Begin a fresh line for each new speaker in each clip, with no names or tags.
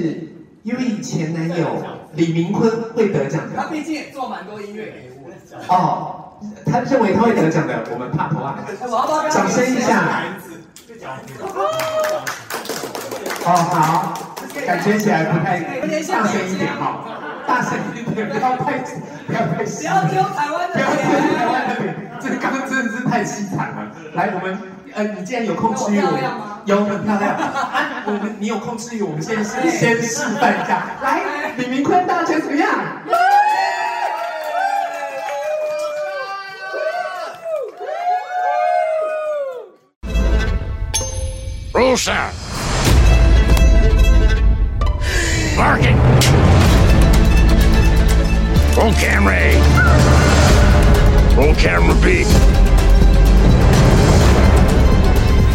是因为前男友李明坤会得奖
他
的
毕竟也做蛮多音乐给我的。
哦，他认为他会得奖的，我们怕头啊！
哎我要不要跟他
掌声一下哦，好，感觉起来不太大声一点哈、大声一点，不要太不要太
不
犀利
要丢台湾
不
的
要太台湾
脸。
的脸，这刚刚真的是太凄惨了。来，我们呃，你既然有空
那我
之余，
漂
我
亮吗
有很漂亮。啊，我们你有空之余，我们先先示范一下。来，李明坤大觉得怎么样？
Rusa! Barking! Roll camera A. Roll camera B.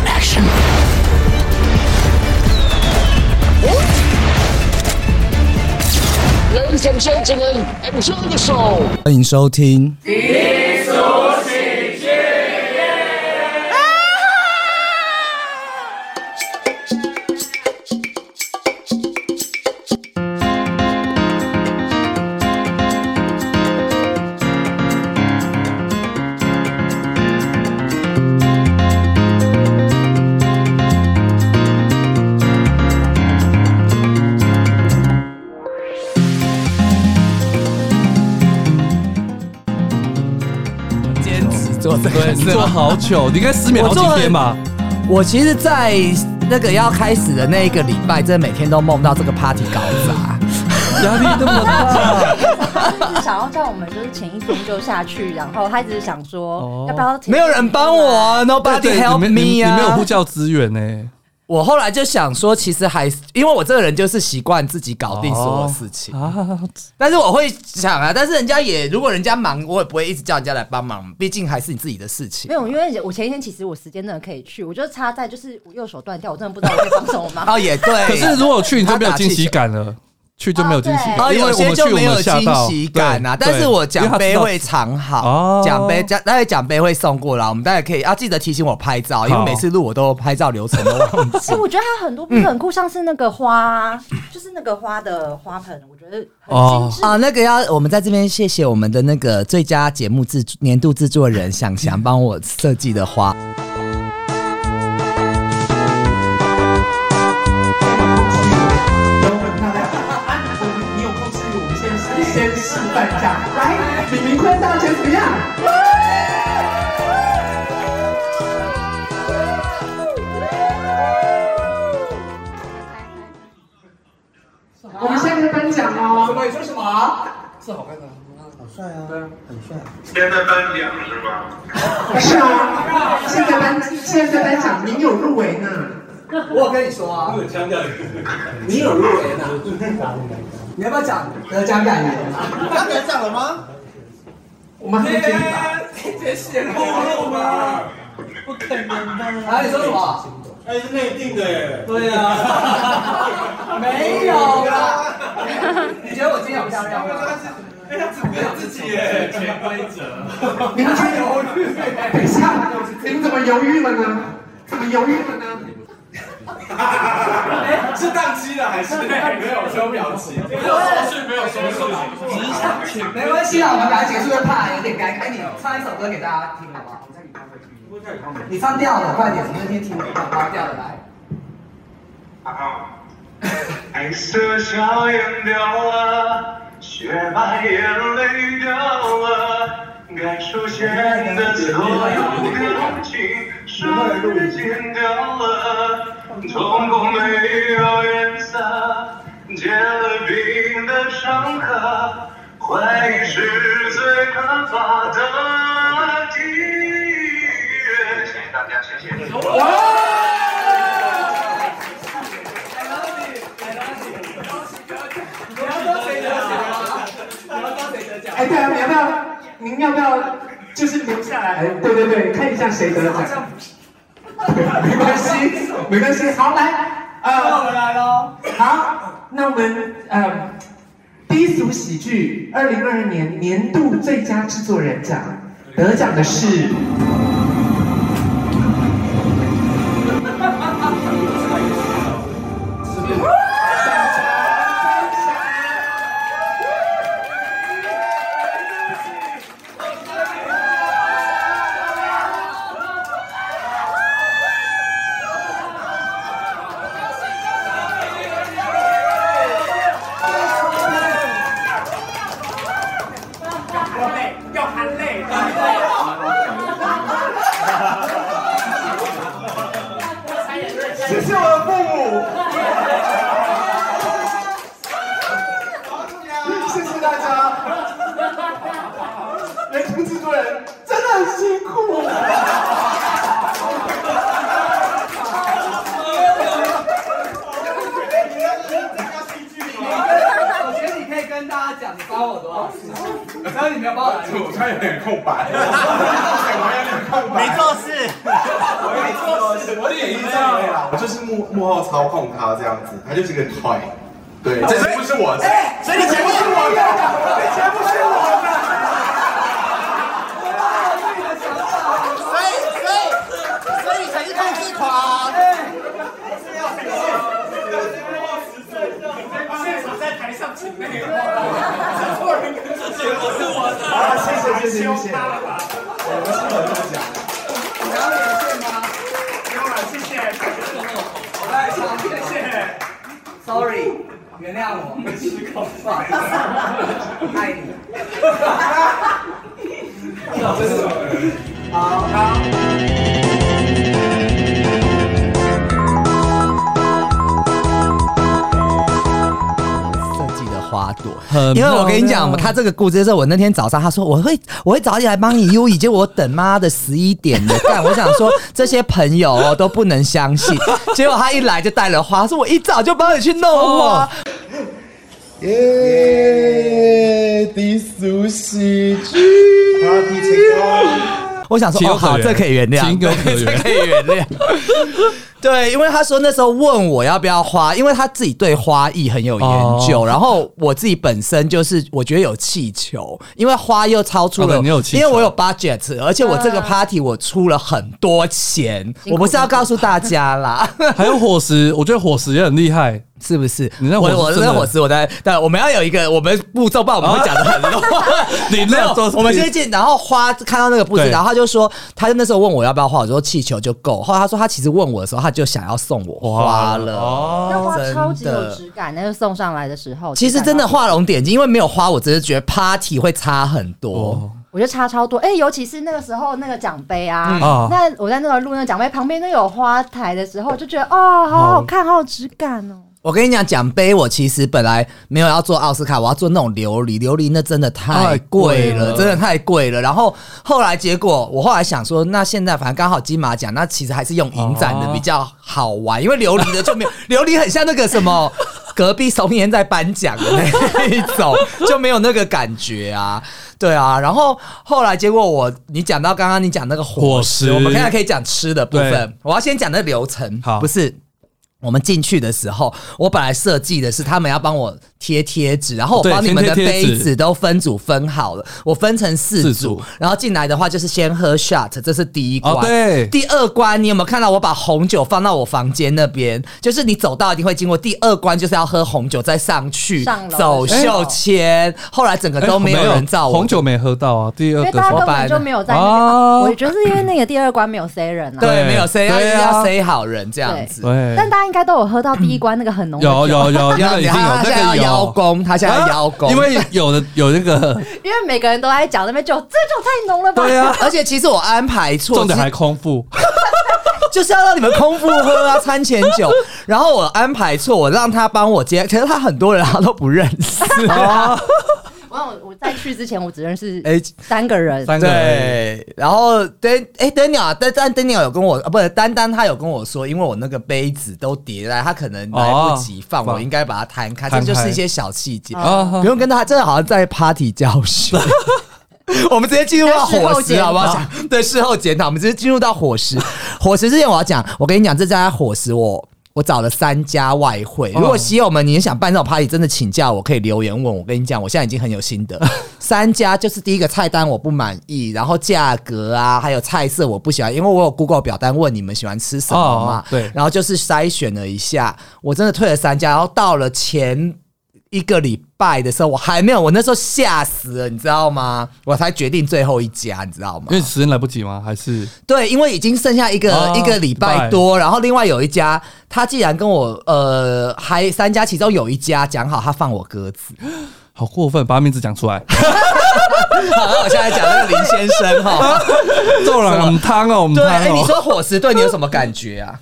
Action!
Ladies and gentlemen, enjoy the show.
欢迎收听《低俗喜剧》。
坚持做这
对，你做好久，你应该失眠好几天吧？
我其实，在那个要开始的那一个礼拜，真的每天都梦到这个 party 搞砸。
压力那么大，
是想要叫我们就是前一天就下去，然后他一直想说要不要前
哦没
一天就来？啊
有人帮我啊
对
，Nobody
对
help
你没你
me
你没有
啊
呼！叫资源欸呢，
我后来就想说，其实还是因为我这个人就是习惯自己搞定所有事情，
啊，
但是我会想啊，但是人家也如果人家忙，我也不会一直叫人家来帮忙，毕竟还是你自己的事情
没。有，因为我前一天其实我时间真的可以去，我就差在就是我右手断掉，我真的不知道我可以帮什么 忙。
哦，也对。
可是如果去你就没有惊喜感了，去就没有惊喜
啊，
哦
感，因为
有
我
些
们
就
去我
没有
们吓
惊
到
喜感啊，
对
但是我奖杯
因为
会
他知道
常好
哦，
奖杯奖，待会奖杯会送过来，我们待会可以啊，记得提醒我拍照，因为
好
每次录我都拍照流程都忘 记
哎、。我觉得他很多部分很酷，像是那个花，就是那个花的花盆，我觉得很精致。
啊，那个要我们在这边谢谢我们的那个最佳节目制作年度制作人想想帮我设计的花。
有很漂亮。啊，我们你有空之余，我们先先示范一下。来，李明坤大觉得怎么样？我们现在在颁奖哦。
你说什么？啊
现在颁奖是吧？
是啊，现在颁现在颁奖，您有入围呢。
我跟你说啊，我有腔调，你有入围呢。你要不要讲得奖感言？啊
我们还没颁奖。
直接泄露了吗？不可能吧？啊，你说什么？哎，是内定的耶。对啊，没有啦。你觉得我今天有啊漂亮吗？
您怎么犹豫？哎等一下，您怎么犹豫了呢？怎么犹豫了呢？
没关系啊，我们赶快结束，会怕有点尴尬。哎你唱一首歌给大家听好不好？你唱掉了，快点，我们那天听不到，把掉了来。
啊，白色笑颜掉了，雪白眼泪掉了，感受现在所有感情瞬间掉了，痛苦没有颜色，结了冰的伤口，怀疑是最可怕的敌人。谢谢大家，谢谢。
哎，对啊，你要不要？您要不要就是留下来？哎，对对对，看一下谁得奖。没关系，没关系。好，来，
那我
呃，
们来喽，
好，那我们呃，低俗喜剧二零二二年年度最佳制作人奖得奖的是。
差我多少次？只要你没有帮我拦住，
我差有点空白，讲完有点空白，没做事，我没做事，我也一样呀，我就是幕幕后操控他这样子，他就是个 toy，对，这不是我，所以你全部是我的，你全部是我的。
所以所以所以你才是控制狂。
好，谢谢谢谢谢谢，我们是很会讲。
你要连线吗？不用了，谢谢。我太谢谢。Sorry，原谅我，失控， 不好意思，
哎
爱你。
设计的花朵。
很
因为我跟你讲，
漂亮
他这个故事的时候，我那天早上他说我会我会早点来帮你优以，结果我等妈的十一点了，干！我想说这些朋友哦都不能相信，结果他一来就带了花，说我一早就帮你去弄花。
哦
耶，低俗喜剧。Party take off。
我想说，
情有
哦，好，
可原
这可以原谅，
情有可原
对这可以 原谅。对，因为他说那时候问我要不要花，因为他自己对花艺很有研究，
哦
然后我自己本身就是我觉得有气球，因为花又超出
哦
了，
对你有气
因为我
球
有 budget，而且我这个 party 我出了很多钱，我不是要告诉大家啦，
还有伙食，我觉得伙食也很厉害。
是不是？
你那
我
伙食
我
真
那
的
伙食我在，但我们要有一个我们步骤，不然我们会讲的很乱。
你
没
那
有
做，
我们先进，然后花看到那个布置，
对
然后他就说，他就那时候问我要不要花，我说气球就够。后来他说他其实问我的时候，他就想要送我花了。
哦
那花超级
真
有
的
质感，那就送上来的时候，
其实
质感
真的
超级
画龙点睛，因为没有花，我只是觉得 party 会差很
哦
多。
我觉得差超多，哎、尤其是那个时候那个奖杯
嗯
啊，
啊
哦
那我在那个录那个奖杯旁边都有花台的时候，就觉得哦，好好看，好有质感哦。
我跟你讲，奖杯我其实本来没有要做奥斯卡，我要做那种琉璃，琉璃那真的
太
太贵
贵
了，
了
真的太贵了。然后后来结果，我后来想说，那现在反正刚好金马奖，那其实还是用银展的
哦
比较好玩，因为琉璃的就没有， 琉璃很像那个什么隔壁松烟在颁奖的那一种，就没有那个感觉啊。对啊，然后后来结果我，你讲到刚刚你讲那个伙
伙
食，
食
我们现在可以讲吃的部
对
分，我要先讲那流程，
好
不是。我们进去的时候，我本来设计的是他们要帮我贴贴纸，然后我
对
帮你们的
先贴贴纸
杯子都分组分好了，我分成四组，
四组
然后进来的话就是先喝 shot，这是第一关。
哦对
第二关你有没有看到我把红酒放到我房间那边？就是你走到一定会经过第二关，就是要喝红酒再上去
上楼的
走
时候
秀签。后来整个
哎
都没有人照我，
红酒没喝到啊。第
因
二
为
个
大家
说
根
办
本
呢
就没有在那个、啊
哦
我觉得是因为那个第二关没有 C 人 啊。
对，
对
没有 say 要
对啊
要 say 好人这样子。
对，
但大家应该都有喝到第一关那个很浓的
有
酒，
有有，那个已经有
他
那
现在要
个有
邀功，他现在要邀功，
啊因 为有的有那个
因为每个人都在讲那边酒，这酒太浓了吧？
对啊，
而且其实我安排错，
重点还空腹，
就是要让你们空腹喝啊，餐前酒。然后我安排错，我让他帮我接，可是他很多人他都不认识。
啊
我想我在去之前我只认识
哎
三个人，
三个人
对，然后丹哎丹尼尔，但但丹尼尔有跟我，啊不是丹丹，他有跟我说，因为我那个杯子都叠来，他可能来不及放，
放
我应该把它摊开，这
哦摊开
就是一些小细节，
啊
不用跟他，真的好像在 party 教学。 我们直接进入到伙食好不好？对，事后检讨，我们直接进入到伙食。 伙食之前我要讲，我跟你讲，这家伙食我。我找了三家外汇，如果
哦
喜友们你也想办这种 party，真的请假我可以留言问我。跟你讲，我现在已经很有心得。三家就是第一个菜单我不满意，然后价格啊，还有菜色我不喜欢，因为我有 Google 表单问你们喜欢吃什么嘛
哦，对
然后就是筛选了一下，我真的退了三家，然后到了前一个礼拜的时候，我还没有，我那时候吓死了，你知道吗？我才决定最后一家，你知道吗
因？为时间来不及吗？还是
对，因为已经剩下一个、
哦
一个礼拜多，然后另外有一家，他既然跟我呃还三家，其中有一家讲好他放我鸽子，
好过分，把名字讲出来，
好，那我现在讲那个林先 生哈，
揍了我们汤哦，我们
对，
汤
哎、你
哦。
说伙食对你有什么感觉啊？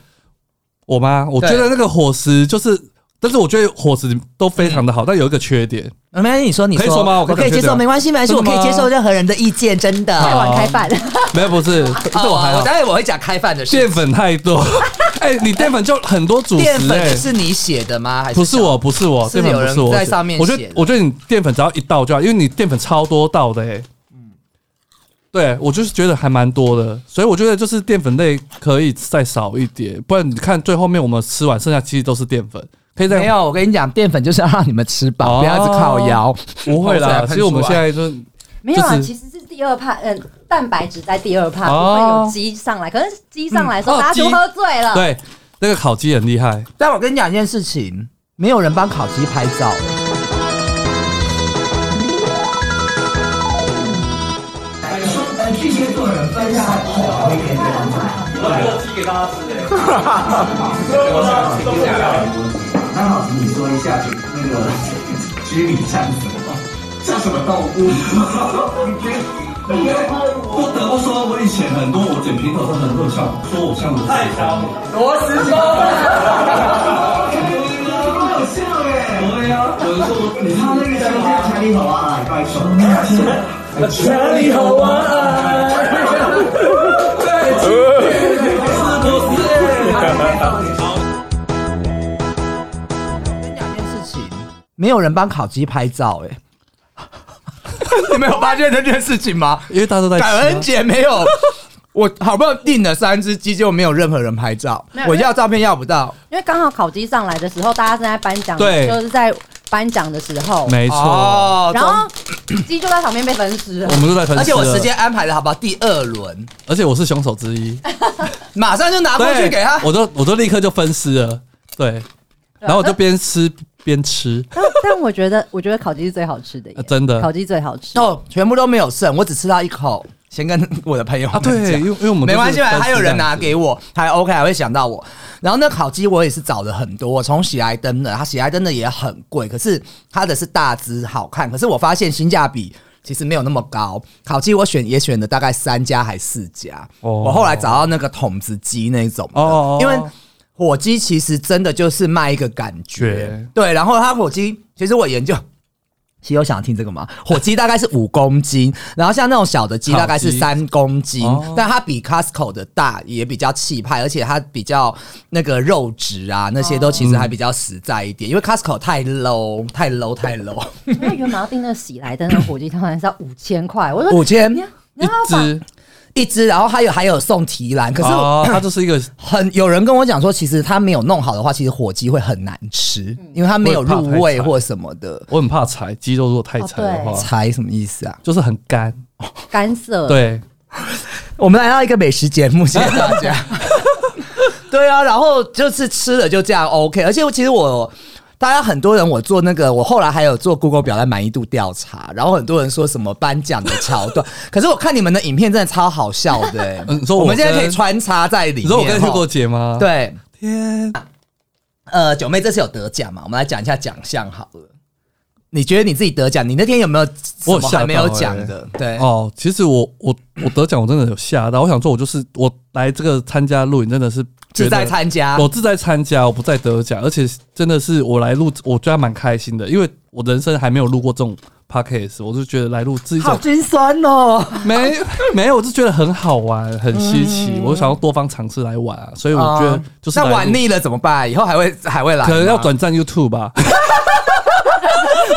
我吗？我觉
对
得那个伙食就是但是我觉得伙食都非常的好，但有一个缺点，
没关系，你说你
可以说吗
我
我看
可以接
看缺
受，
点
没关系，没关系，我
真的
可
吗
以接受任何人的意见，真的。
好晚开
饭，
没有不是，这我还好
哦我。待会我会讲开饭的事。
淀粉太多， 哎，你淀粉就很多主食
淀
哎
粉是你写的吗？欸还是
不是我，不是我，
哦是
淀粉
有
不
人
是我
在
写
上面
我觉得
写的，
我觉得你淀粉只要一到就好，因为你淀粉超多到的、欸。对我就是觉得还蛮多的，所以我觉得就是淀粉类可以再少一点，不然你看最后面我们吃完剩下其实都是淀粉，可以再
没有，我跟你讲，淀粉就是要让你们吃
哦
饱，不要一直靠腰。
不会
然
啦。
后再喷
其实我们
出
现
来
在就是
没有啊，
就只
其实是第二趴，嗯，蛋白质在第二趴，
哦
不会有鸡上来，可是鸡上来的时
嗯
候
哦
大家就
鸡
喝醉了，
啊
对那个烤鸡很厉害，
但我跟你讲一件事情，没有人帮烤鸡拍照。我跟你讲一件事情，没有人帮烤鸡拍照、欸， 你没有发现这件事情 吗？
因为大家都在吃啊
感恩节没 有，我好不容易订了三只鸡，结果没有任何人拍照
没，有
我要照片要不到。
因为刚好烤鸡上来的时候，大家正在颁奖，
对
就是在颁奖的时候，
没错，
哦
然后鸡就在旁边被分尸了
我。们都在分
而且我
尸了
时间安排的好不好？第二轮
而且我是凶手之一，
马上就拿啊过去
对，
给他。啊
我都我都立刻就分尸了，对，然后我就边吃边吃，
但 但我觉得，我觉得烤鸡是最好吃的耶
啊，真的
烤鸡最好吃。
哦，全部都没有剩，我只吃到一口。先跟我的朋友
啊
们
对
讲
因为因为我们
没关系
都
嘛，
是
还有人
都是这
拿
样子
给我，还 OK，还会想到我。然后那烤鸡我也是找了很多，我从喜来登的，它喜来登的也很贵，可是它的是大只好看，可是我发现性价比其实没有那么高。烤鸡我选也选了大概三家还四家，
哦
我后来找到那个筒子鸡那一种的，
哦
因为火鸡其实真的就是卖一个感觉
对，
对。然后它火鸡其实我研究。其实有想听这个吗？火鸡大概是五公斤，然后像那种小的鸡大概是三公斤
哦，
但它比 Costco 的大，也比较气派，而且它比较那个肉质啊那些都其实还比较实在一点，因为 Costco 太 low 太 low 太 low，
因为原本要 订那个喜来登的火鸡汤，还是要五千块。我说
五千
你要你
一
要把
只
一只，然后还有还有送提篮，可是我
啊，它就是一个
很有人跟我讲说，其实它没有弄好的话，其实火鸡会很难吃，因为它没有入味或什么的。
我很怕柴，鸡肉如果太柴的话，
哦
才什么意思啊？
就是很干。
干涩，，
对，
我们来到一个美食节目，谢谢大 家。对啊，然后就是吃了就这样 OK，而且我其实我。大家很多人，我做那个，我后来还有做 Google 表单满意度调查，然后很多人说什么颁奖的桥 段，可是我看你们的影片真的超好笑的、欸
嗯 你说我
们现在
跟
可以穿插在里面。
你说我跟
哈
Hugo 姐吗？，
对，
天，
呃，九妹这次有得奖嘛？我们来讲一下奖项好了。你觉得你自己得奖，你那天有没有什
我有
么
吓到
还没有
欸
讲的？对，
哦，其实我我我得奖，我真的有吓到。我想说，我就是我来这个参加录影，真的是
志
觉
在
得
参加。
我自在参加，我不再得奖，而且真的是我来录，我觉得还蛮开心的，因为我人生还没有录过这种 podcast，我就觉得来录自己
好
种
心酸哦！
没没有，我就觉得很好玩，很稀奇，我想要多方尝试来玩啊，所以我觉得就是
嗯哦那
来录
玩腻了啊怎么办？以后还会还会来吗？
可能要转战 YouTube 吧。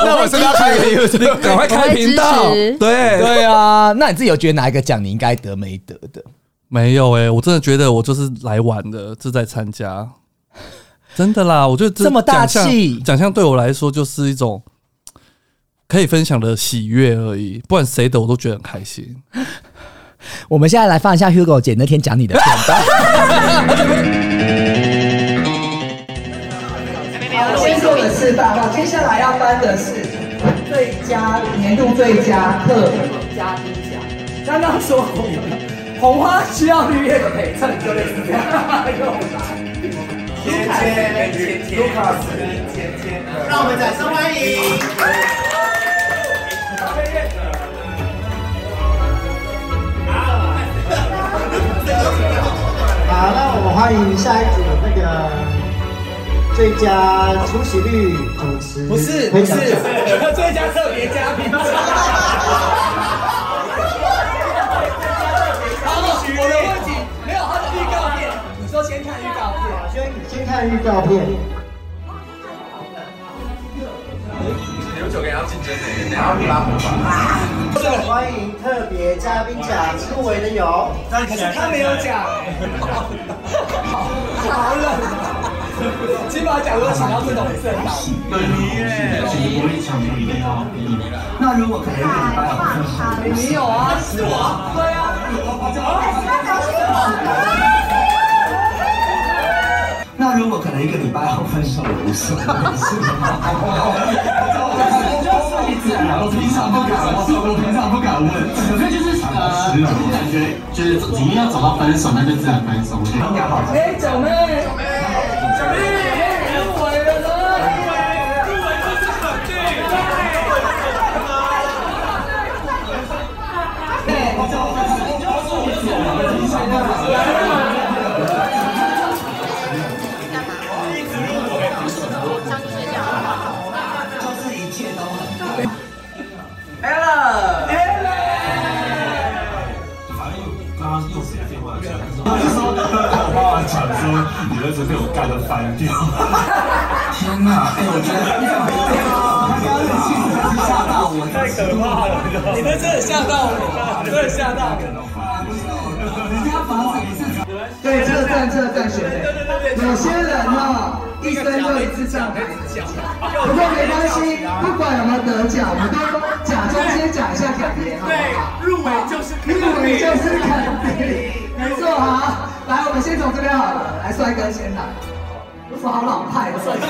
那我是要开一个 YouTube，
赶快开频道
我会支 持。
对，
对啊， 那你自己有觉得哪一个奖你应该得没得的？
没有哎、我真的觉得我就是来玩的，志在参加，真的啦。我觉得
这么大气
奖项奖项对我来说就是一种可以分享的喜悦而已，不管谁的我都觉得很开心。
我们现在来放一下 Hugo 姐那天讲你的片段。
好，先做一次报告。接下来要颁的是最佳年度最佳客嘉宾奖。刚刚说红红花需要绿叶的陪衬，就类似这样。天天天天，卢卡斯，天天，
让我们掌声欢迎。
好，那我们欢迎下一组那个
最佳出席率主持，
不是不是，最佳特别嘉宾。好，我的问题没有他的预告片，你说先看预告片，
先先看预告片。
留久给他竞争的，然后拉红吧。
欢迎特别嘉宾奖入围的有，
但是他没有讲，好冷啊。金马奖都请到这种色狼，
本尼耶，
那如果可以，你没有啊？是我啊，对啊，
那如果可能一个礼拜后分手，无所谓，是吗？就是一直我平常不敢，我说我平常不敢问，
可是就是呃，我感觉就是你们要找到分手，那就自然分手。
哎，九妹，九妹，九妹，入围了呢，入围，入围就是肯定，对，我就我就说我走了，我提前干嘛？
就是一切都很。
刚刚又谁电话去？他就说我爸爸讲说你儿子被我干的翻掉。
天哪！哎，我觉得这样刚刚的幸福吓到我，太可怕了！
你们真的吓到我，真的吓到我。
对，这站这站学妹，有些人哦，一生就一次这样。不过没关系，不管有没有得奖，我们都假装先讲一下肯定，好
对，入围就是
入围就是肯定，没错好，来，我们先从这边好了，来，帅哥先来。我说好老派，帅哥，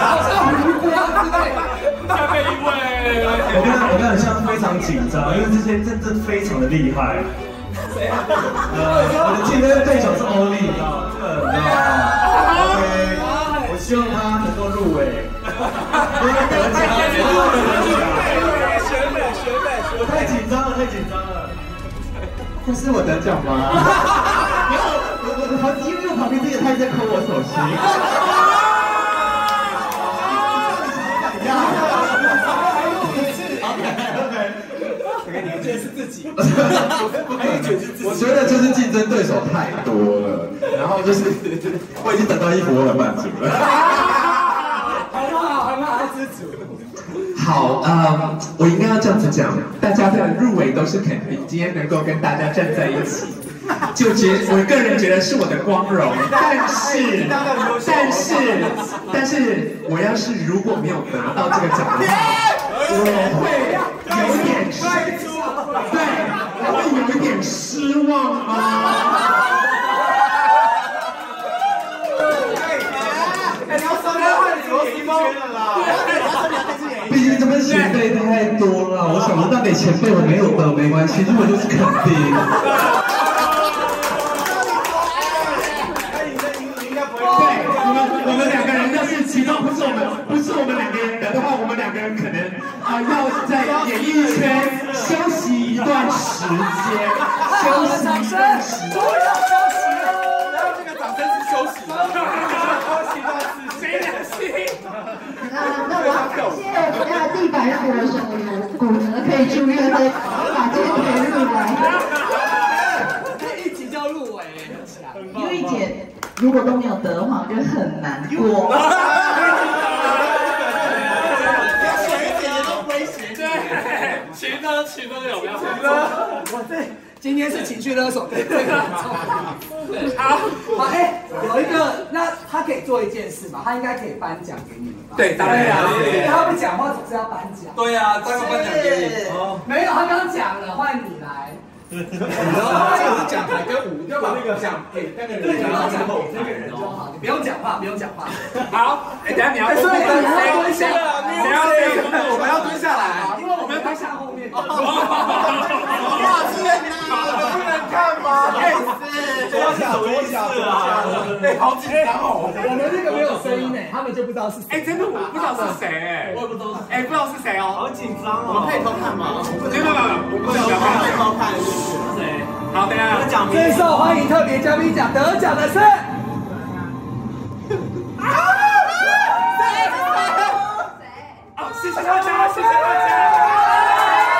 好像胡歌之类。
下面一位，
我跟我跟很像非常紧张，因为这些这这非常的厉害。呃，我的竞争对手是欧丽，你知道吗？这个很好。OK，我希望他能够入围。我太紧张了，太紧张了。
这是我得奖吗？我我我旁因为我旁边这个太在抠我手心。
这是自 己。
我觉得就是竞争对手太多了，然后就是我已经等到一服我很满足了。
很好，很好，知足。
好，呃，我应该要这样子讲，大家的入围都是肯定，今天能够跟大家站在一起，就觉我个人觉得是我的光荣，但是，但是，但是，我要是如果没有得到这个奖的话，我会有点失，对，我
哎
会有一点失望啊。
哎，你要三百万，怎么十圈了啦？
毕竟这边前辈太多了，我想说那给前辈我没有得没关系，因为我就是肯定。对，我们我们两个人要是其中不是我们不是我们两个人得的话，我们两个人可能啊、要在演艺圈休息一段时间，休息
掌
一
声
段时，
终于要休息了。然后这个掌声是休息的，休息到是谁的心？
呃那我要感谢我们家地板上的手游骨折可以住院的，把这些陪入 来。
这一集叫入围，
优一姐如果都没有得的话，我觉得很难
啊
过。
对，情呢情呢有没有？我这今天是情绪勒索，对对对。好，好，哎，有一个，那他可以做一件事嘛？他应该可以颁奖给你们吧？
对当然
对啊
对
因为他不讲话总是要颁奖。
对啊颁个颁奖给你
是
哦
没有，他刚讲了，换你来。
然后这个奖牌跟五，要把那个奖给那个人，
对，
然
然
后
后
奖
讲
给
给
那
那
个
个
人
人
就
就
好。
好，你不用讲话，不用讲话。
好，哎，等下你要
所以
等
你
下
要蹲下，
等下我们要蹲下
好
来。
因为我们要蹲下后面。
哇
不能看吗？哎，多想多想啊！哎，好紧张哦！我们那个没有声音哎，他们就不知道是谁。哎，真的我不知道是谁，我也不知道。哎，不知道是谁哦。好紧张哦！我们可以偷看吗？没有没有没有，我不能
我
以
偷
看。
谁？
好，等下最受欢迎特别嘉宾奖得奖的是。啊！
谢谢大家，谢谢大家。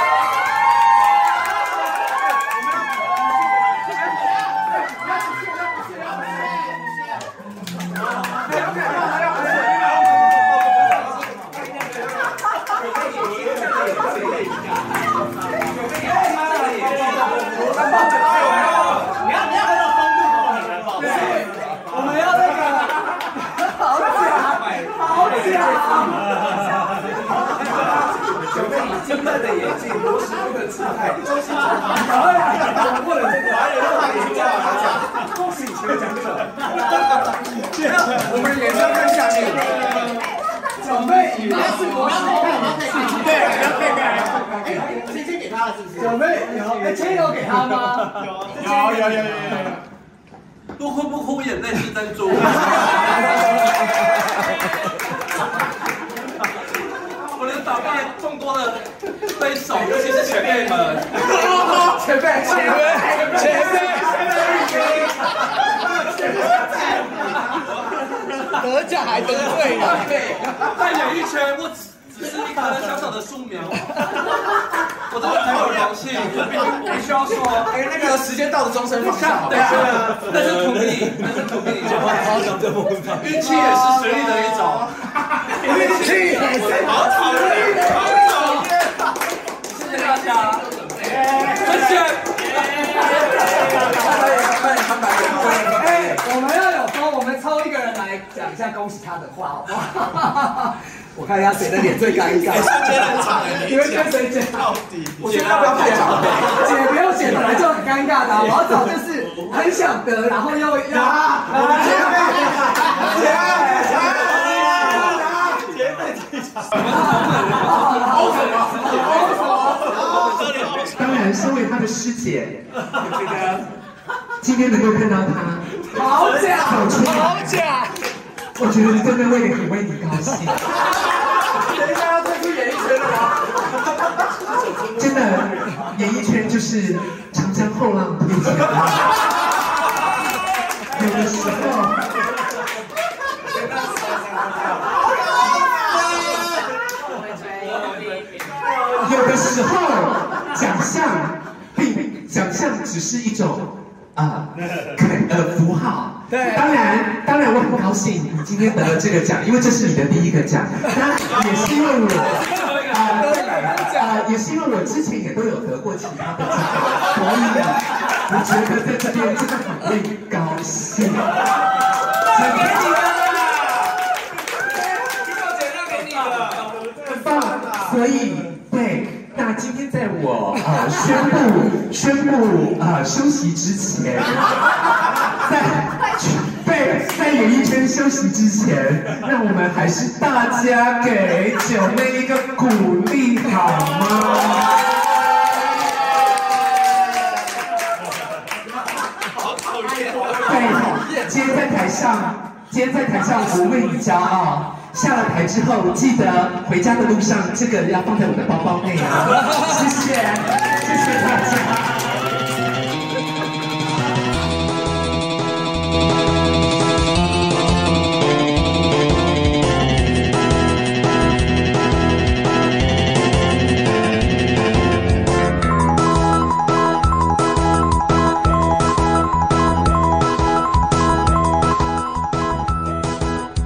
我们要那个，好假，好假！小妹，你金蛋的眼镜不是那个姿态，都是哎呀，我过了这个，哎呀，大眼睛啊，大都是以前的讲者。我们脸上看下面。小妹以为是国师看，对，对对。直接给他了是不是？小妹有，哎，钱有给他吗？有，有，有，有，有。不哭不哭，眼泪是珍珠。我能打败众多的对手，哎尤其是前辈们。前辈，前辈，前辈，前辈，得奖还得罪人。再演一圈，我只只是一棵小小的树苗。我真的很有荣幸，必须要说，哎，那个时间到的钟声放下，对啊，那是土地，那是土地，好讲这么运气也是实力的一种，运气也是好讨厌，好讨厌，谢谢大家，谢谢，
哎，我们要有风，我们抽一个人来讲一下恭喜他的话，好不好？
我看一下谁的脸最尴尬，你们跟谁剪到底？我觉得要不要拍照？
姐不用剪本来就很尴尬的啊，我要找就是很想得，然后又要啊，
当然，身为他的师 姐，这个今天能够看到他，
好假，
好
假！
我觉得真的为你很为你高 兴，
等一下要退出演艺圈了吗？
真的，演艺圈就是长江后浪推前浪，有的时候。有的时候，奖项并奖项只是一种啊、可能呃符号。对，当然当然我很高兴你今天得了这个奖，因为这是你的第一个奖。当然也是因为我啊啊、也是因为我之前也都有得过其他的奖，所以我觉得在这边真的很为你高兴。真的很棒，所以对，那今天在我呃宣布宣布呃休息之前，在对在演艺圈休息之前，让我们还是大家给九妹一个鼓励好吗？对，今天在台上，今天在台上我为你骄傲。下了台之后，记得回家的路上，这个要放在我的包包内啊。谢谢，谢谢大家。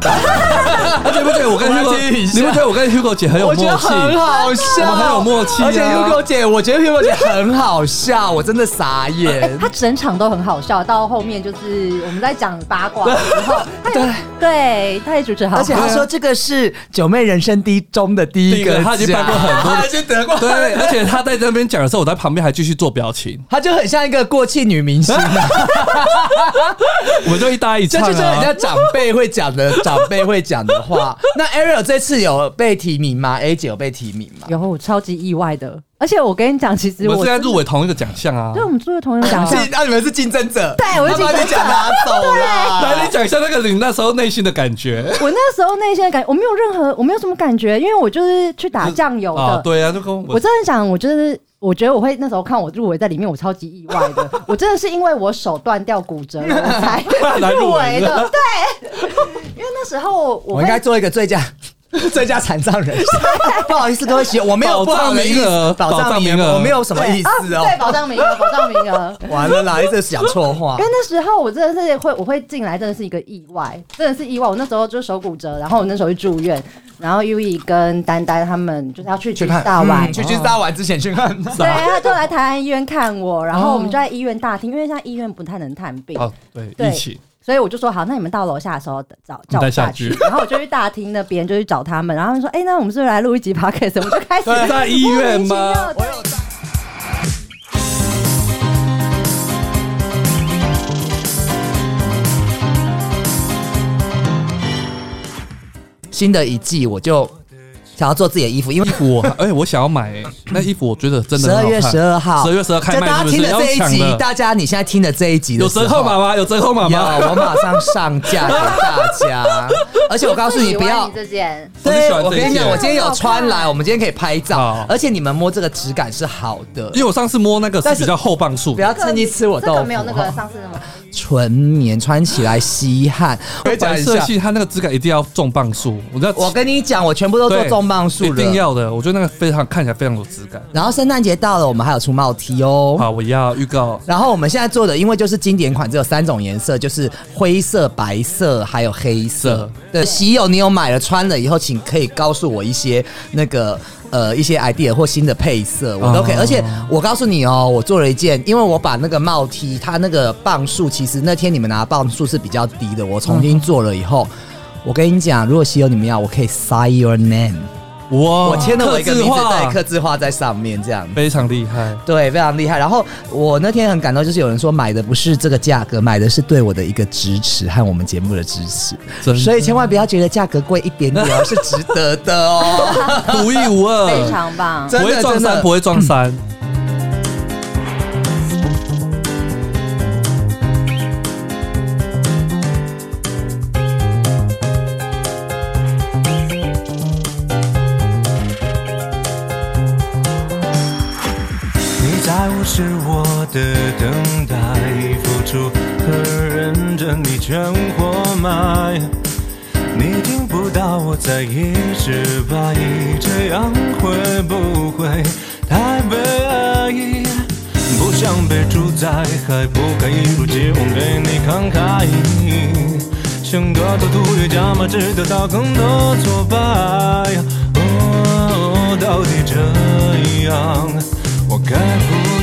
而且不觉得我跟 Hugo，你不觉得我跟 Hugo 姐很有
我
默
觉得
契？
很好笑，
我们很有默契啊
而且 Hugo 姐，我觉得 Hugo 姐很好笑，我真的傻眼。
他哎整场都很好笑，到后面就是我们在讲八卦的时 候，对对，啊他也主持好，
而且她说这个是九妹人生第一中的第一个奖，
她已经办过很 多，
她已经得过，
对，而且她在那边讲的时候，我在旁边还继续做表情，
她就很像一个过气女明星、啊，
我们就一搭一
这
唱
就是人
啊
家。长辈会讲的，长辈会讲的话。那 Ariel 这次有被提名吗？A 姐有被提名吗？
啊有我超级意外的，而且我跟你讲，其实
我
我
们是在入围同一个奖项啊
对，，我们做的同人奖项，
竞，那你们是竞争者，
对我是竞争
她
者
把你奖拿走了，
来你讲一下那个你那时候内心的感觉。
我那时候内心的感我没有任何，我没有什么感觉，因为我就是去打酱油
啊
的，。
对啊，就跟我
我真的想，我就是我觉得我会那时候看我入围在里面，我超级意外 的。我真的是因为我手断掉骨折了我才
来入
入
围
围
的
的，对。因为那时候我
我
会
应该做一个最佳 最佳残障人士。不好意思，各位学，我没有不好的意思，
保障名额
障
保障名额
我没有什么意思哦
对，。保障名额，保障名 额。
完了啦，一直讲错话
因为。那时候我真的是会，我会进来真的是一个意外，真的是意外。我那时候就手骨折，然后我那时候去住院，然后 U E 跟丹丹他们就是要去
去
吉
看
大玩，
嗯去去大玩之前去看。
对，他就来台安医院看我，然后
哦
我们就在医院大厅，因为现在医院不太能探病，
哦，对，
对
一起。
所以我就说好，那你们到楼下的时候找
你
叫
带
我
下
下去
去，
然后我就去大厅那边就去找他们，然后他们说，哎、那我们是不是来录一集 podcast？我们就开始
对在医院吗
莫名其妙对
新的一季我就想要做自己的衣服，因为
我哎、我想要买、哎那衣服，我觉得真的很
十
好看
二月十二号，
十二月十二开
就大
卖是
家听
不
的
是？要
这一
抢
集，
的，
大家你现在听的这一集的
有
时候
折扣码吗？有折扣码吗？
有，我马上上架给大家。而且我告诉你，不要
我喜欢你这件，
对，
我很喜欢
我
这一
跟你讲，
件
我今天有穿来，我们今天可以拍照，而且你们摸这个质感是好的
因，为我上次摸那个是
但是
比较厚磅数
不，要趁机吃我
这
豆
个
腐
没有那个
哈。
上次那么。
纯棉穿起来吸汗，我跟你讲
白
一
色
下，
系它那个质感一定要重磅数，我要
我跟你讲，我全部都做
对
重磅数
一定
了。
要的。我觉得那个非常看起来非常有质感。
然后圣诞节到了，我们还有出帽 T 哦。
好，我要预告
然后我们现在做的，因为就是经典款，只有三种颜色，就是灰色、白色还有黑色
色。
对，喜友你有买了穿了以后，请可以告诉我一些那个呃一些 idea 或新的配色，我都可以。
哦
而且我告诉你哦，我做了一件，因为我把那个帽 T 它那个磅数，其实那天你们拿的磅数是比较低的，我重新做了以后。我跟你讲，如果喜友你们要，我可以 sign your name，、
哇，
我签了我一个名字
哦刻字化
在刻字化在上面这样子。
非常厉害。
对，非常厉害。然后我那天很感动，就是有人说买的不是这个价格，买的是对我的一个支持和我们节目的支
真
持，
的
所以千万不要觉得价格贵一点点哦，是值得的哦。
独一无 二，
非常棒
真的
不会撞
真的
衫，不会撞 衫。
你在无视我的等待，付出和认真你全活埋。你听不到我在一直怀疑，这样会不会太悲哀？不想被主宰，还不敢一如既往对你慷慨。像个赌徒越加码，只得到更多挫败。哦，到底这样，我该不